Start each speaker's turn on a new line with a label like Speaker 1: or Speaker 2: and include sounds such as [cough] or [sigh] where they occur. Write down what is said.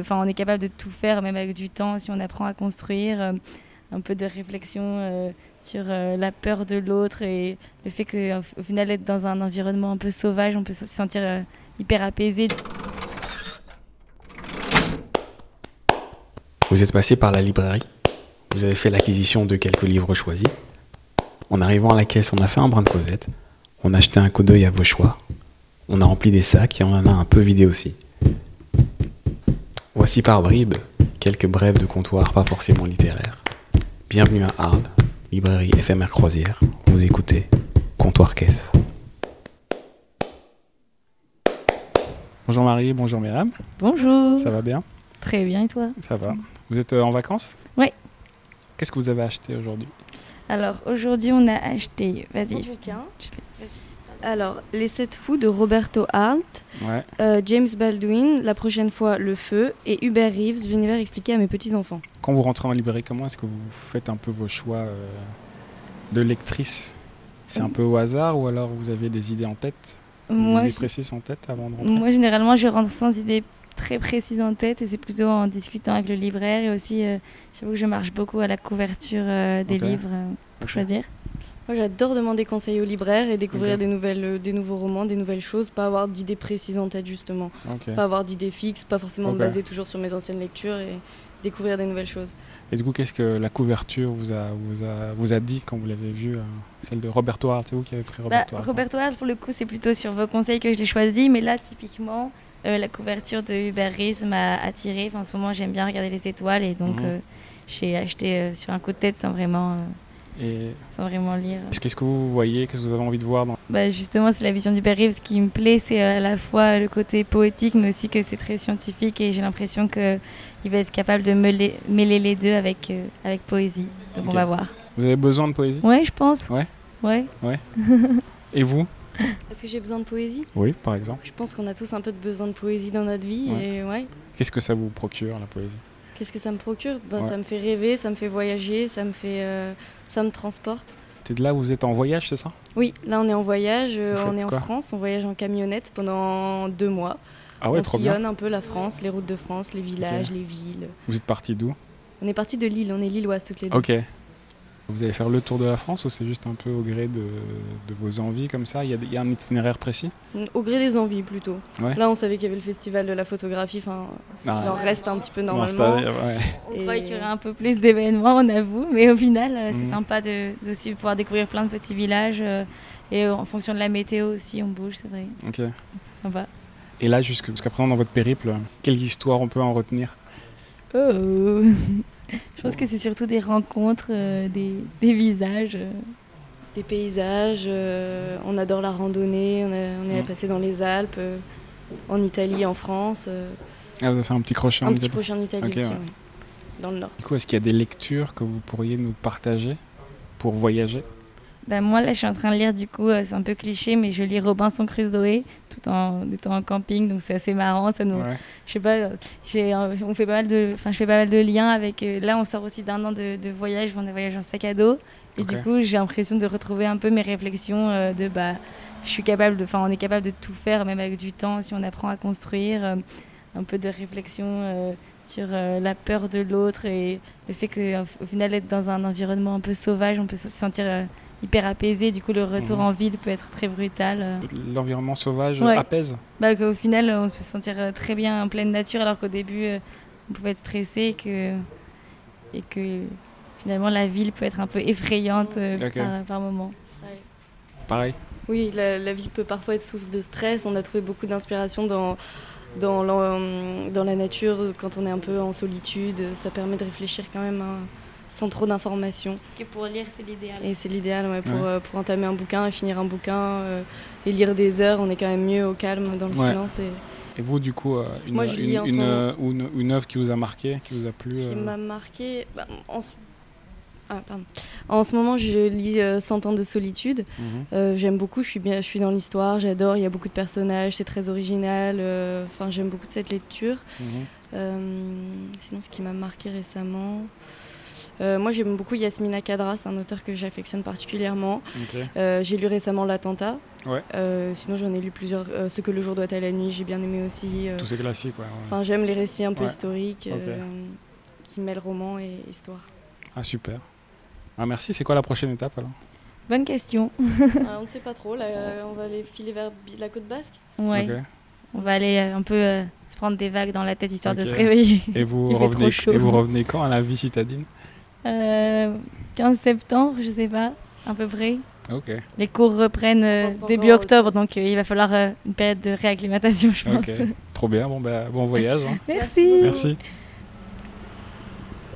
Speaker 1: Enfin, on est capable de tout faire, même avec du temps, si on apprend à construire euh, un peu de réflexion euh, sur euh, la peur de l'autre et le fait qu'au final, être dans un environnement un peu sauvage, on peut se sentir euh, hyper apaisé.
Speaker 2: Vous êtes passé par la librairie, vous avez fait l'acquisition de quelques livres choisis. En arrivant à la caisse, on a fait un brin de Cosette, on a jeté un coup d'œil à vos choix, on a rempli des sacs et on en a un peu vidé aussi. Voici par bribes quelques brèves de comptoir pas forcément littéraires. Bienvenue à Arles, librairie éphémère croisière. Vous écoutez Comptoir Caisse. Bonjour Marie, bonjour Myriam.
Speaker 1: Bonjour.
Speaker 2: Ça va bien
Speaker 1: Très bien et toi
Speaker 2: Ça va. Vous êtes euh, en vacances
Speaker 1: Ouais.
Speaker 2: Qu'est-ce que vous avez acheté aujourd'hui
Speaker 1: Alors aujourd'hui, on a acheté. Vas-y. tu fais-
Speaker 3: Alors, Les Sept Fous de Roberto Arndt,
Speaker 2: Ouais.
Speaker 3: euh, James Baldwin, La prochaine fois Le Feu et Hubert Reeves, L'univers expliqué à mes petits-enfants.
Speaker 2: Quand vous rentrez en librairie, comment est-ce que vous faites un peu vos choix euh, de lectrice C'est un peu au hasard ou alors vous avez des idées en tête
Speaker 1: Euh. Moi,
Speaker 2: Des
Speaker 1: je-
Speaker 2: idées précises en tête avant de rentrer
Speaker 1: Moi, généralement, je rentre sans idée très précise en tête et c'est plutôt en discutant avec le libraire et aussi, euh, j'avoue que je marche beaucoup à la couverture euh, des
Speaker 2: Ok.
Speaker 1: livres euh, pour
Speaker 2: Ok.
Speaker 1: choisir.
Speaker 3: Moi, j'adore demander conseil aux libraires et découvrir
Speaker 2: Ok.
Speaker 3: des, nouvelles, euh, des nouveaux romans, des nouvelles choses, pas avoir d'idées précises en tête, justement.
Speaker 2: Ok.
Speaker 3: Pas avoir d'idées fixes, pas forcément
Speaker 2: Ok.
Speaker 3: me baser toujours sur mes anciennes lectures et découvrir des nouvelles choses.
Speaker 2: Et du coup, qu'est-ce que la couverture vous a, vous a, vous a dit quand vous l'avez vue euh, Celle de Roberto Hart, c'est vous qui avez pris
Speaker 1: Bah,
Speaker 2: Roberto Hart hein
Speaker 1: Roberto Hart, pour le coup, c'est plutôt sur vos conseils que je l'ai choisi, mais là, typiquement, euh, la couverture de Hubert Reeves m'a attirée. Enfin, en ce moment, j'aime bien regarder les étoiles et donc
Speaker 2: Mhm.
Speaker 1: euh, j'ai acheté euh, sur un coup de tête sans vraiment, euh,
Speaker 2: Et
Speaker 1: sans vraiment lire.
Speaker 2: qu'est-ce que vous voyez Qu'est-ce que vous avez envie de voir dans...
Speaker 1: Bah, justement, c'est la vision du Reeves qui me plaît. C'est euh, à la fois le côté poétique, mais aussi que c'est très scientifique. Et j'ai l'impression qu'il va être capable de mêler, mêler les deux avec, euh, avec poésie. Donc
Speaker 2: Ok.
Speaker 1: on va voir.
Speaker 2: Vous avez besoin de poésie
Speaker 1: Ouais, je pense.
Speaker 2: Ouais.
Speaker 1: Ouais.
Speaker 2: Et vous
Speaker 3: Est-ce que j'ai besoin de poésie
Speaker 2: Oui, par exemple.
Speaker 3: Je pense qu'on a tous un peu de besoin de poésie dans notre vie
Speaker 2: Ouais.
Speaker 3: et ouais.
Speaker 2: Qu'est-ce que ça vous procure, la poésie
Speaker 3: Qu'est-ce que ça me procure Ben,
Speaker 2: Ouais.
Speaker 3: Ça me fait rêver, ça me fait voyager, ça me, fait, euh, ça me transporte.
Speaker 2: C'est de là où vous êtes en voyage, c'est ça
Speaker 3: Oui, là on est en voyage, euh,
Speaker 2: Vous faites
Speaker 3: on est en
Speaker 2: quoi
Speaker 3: France, on voyage en camionnette pendant deux mois.
Speaker 2: Ah ouais,
Speaker 3: on
Speaker 2: trop bien.
Speaker 3: sillonne un peu la France, les routes de France, les villages, les villes.
Speaker 2: Vous êtes parti d'où
Speaker 3: On est parti de Lille, on est lilloise toutes les deux.
Speaker 2: Ok. Vous allez faire le tour de la France ou c'est juste un peu au gré de, de vos envies comme ça il y, a, des- il y a un itinéraire précis
Speaker 3: Au gré des envies plutôt.
Speaker 2: Ouais.
Speaker 3: Là on savait qu'il y avait le festival de la photographie, enfin ce
Speaker 2: Ah.
Speaker 3: qu'il en reste un petit peu
Speaker 2: Non, c'est-
Speaker 3: normalement.
Speaker 2: ouais.
Speaker 1: On
Speaker 3: Et-
Speaker 1: croyait qu'il y aurait un peu plus d'événements, on avoue, mais au final, euh, c'est
Speaker 2: Mhm.
Speaker 1: sympa de, de aussi pouvoir découvrir plein de petits villages. euh, et euh, en fonction de la météo aussi, on bouge, c'est vrai.
Speaker 2: Ok.
Speaker 1: C'est sympa.
Speaker 2: Et là, jusque- jusqu'à présent, dans votre périple, quelles histoires on peut en retenir
Speaker 1: Oh. [laughs] Je pense que c'est surtout des rencontres, euh, des, des visages. euh.
Speaker 3: Des paysages, euh, on adore la randonnée, on, a- on est
Speaker 2: Mm.
Speaker 3: passé dans les Alpes, euh, en Italie, en France, euh,
Speaker 2: Ah, Vous avez fait un petit crochet en
Speaker 3: un petit
Speaker 2: Italie.
Speaker 3: prochain en Italie
Speaker 2: Ok,
Speaker 3: aussi,
Speaker 2: ouais.
Speaker 3: ouais, dans le nord.
Speaker 2: Du coup, est-ce qu'il y a des lectures que vous pourriez nous partager pour voyager
Speaker 1: Bah, moi, là, je suis en train de lire, du coup, euh, c'est un peu cliché, mais je lis Robinson Crusoe tout en étant en camping, donc c'est assez marrant. Ça nous,
Speaker 2: Ouais.
Speaker 1: je sais pas, j'ai, euh, on fait pas mal de, enfin, je fais pas mal de liens avec. euh, là, on sort aussi d'un an de, de voyage, on a voyagé en sac à dos, et
Speaker 2: Ok.
Speaker 1: du coup, j'ai l'impression de retrouver un peu mes réflexions euh, de bah, je suis capable, de- enfin, on est capable de tout faire, même avec du temps, si on apprend à construire, euh, un peu de réflexion euh, sur euh, la peur de l'autre et le fait que, au- au final, être dans un environnement un peu sauvage, on peut se sentir euh, hyper apaisé. Du coup, le retour
Speaker 2: Mhm.
Speaker 1: en ville peut être très brutal. euh.
Speaker 2: L'environnement sauvage
Speaker 1: Ouais.
Speaker 2: apaise
Speaker 1: Bah, qu'au final, on peut se sentir euh, très bien en pleine nature, alors qu'au début, euh, on pouvait être stressé et que, et que finalement la ville peut être un peu effrayante euh,
Speaker 2: Ok.
Speaker 1: par, par moment.
Speaker 2: Pareil.
Speaker 3: Oui, la, la vie peut parfois être source de stress. On a trouvé beaucoup d'inspiration dans, dans, l'en- dans la nature quand on est un peu en solitude. Ça permet de réfléchir quand même hein, sans trop d'informations.
Speaker 1: Parce que pour lire, c'est l'idéal.
Speaker 3: Et c'est l'idéal ouais, pour,
Speaker 2: Ouais.
Speaker 3: euh, pour entamer un bouquin et finir un bouquin euh, et lire des heures. On est quand même mieux au calme, dans le
Speaker 2: Ouais.
Speaker 3: silence. Et
Speaker 2: Et vous, du coup, euh, une,
Speaker 3: Moi, je lis
Speaker 2: une-
Speaker 3: en ce
Speaker 2: une,
Speaker 3: moment.
Speaker 2: euh, une- une œuvre qui vous a marqué, qui vous a plu
Speaker 3: qui
Speaker 2: euh,
Speaker 3: m'a marqué. bah, en, ce... ah, pardon. en ce moment, je lis euh, Cent ans de solitude.
Speaker 2: mhm.
Speaker 3: Euh, j'aime beaucoup, je suis, bien, je suis dans l'histoire, j'adore, il y a beaucoup de personnages, c'est très original, euh, enfin j'aime beaucoup de cette lecture.
Speaker 2: Mhm.
Speaker 3: Euh, sinon, ce qui m'a marqué récemment, Euh, moi, j'aime beaucoup Yasmina Kadra, c'est un auteur que j'affectionne particulièrement. Euh, j'ai lu récemment L'Attentat.
Speaker 2: Ouais.
Speaker 3: Euh, sinon, j'en ai lu plusieurs. euh, Ce que le jour doit à la nuit, j'ai bien aimé aussi. euh,
Speaker 2: Tous ces classiques, ouais. ouais.
Speaker 3: Enfin, j'aime les récits un peu
Speaker 2: Ouais.
Speaker 3: historiques
Speaker 2: Ok.
Speaker 3: euh, qui mêlent roman et histoire.
Speaker 2: Ah, super. Ah, merci. C'est quoi la prochaine étape alors
Speaker 1: Bonne question.
Speaker 3: Ah, on ne sait pas trop, euh, on va aller filer vers la côte basque.
Speaker 1: Ouais.
Speaker 2: Ok.
Speaker 1: On va aller euh, un peu euh, se prendre des vagues dans la tête histoire
Speaker 2: Ok.
Speaker 1: de se réveiller. [laughs]
Speaker 2: Et vous,
Speaker 1: Il fait
Speaker 2: revenez,
Speaker 1: trop chaud.
Speaker 2: et vous revenez quand à la vie citadine
Speaker 1: Euh, 15 septembre, je sais pas, à peu près.
Speaker 2: Ok.
Speaker 1: [laughs] Les cours reprennent euh,
Speaker 3: pense pas
Speaker 1: début
Speaker 3: encore aux-
Speaker 1: octobre, donc euh, il va falloir euh, une période de réacclimatation, je pense. [laughs]
Speaker 2: Ok. Trop bien. Bon, bah, bon voyage. hein.
Speaker 1: Merci.
Speaker 2: Merci.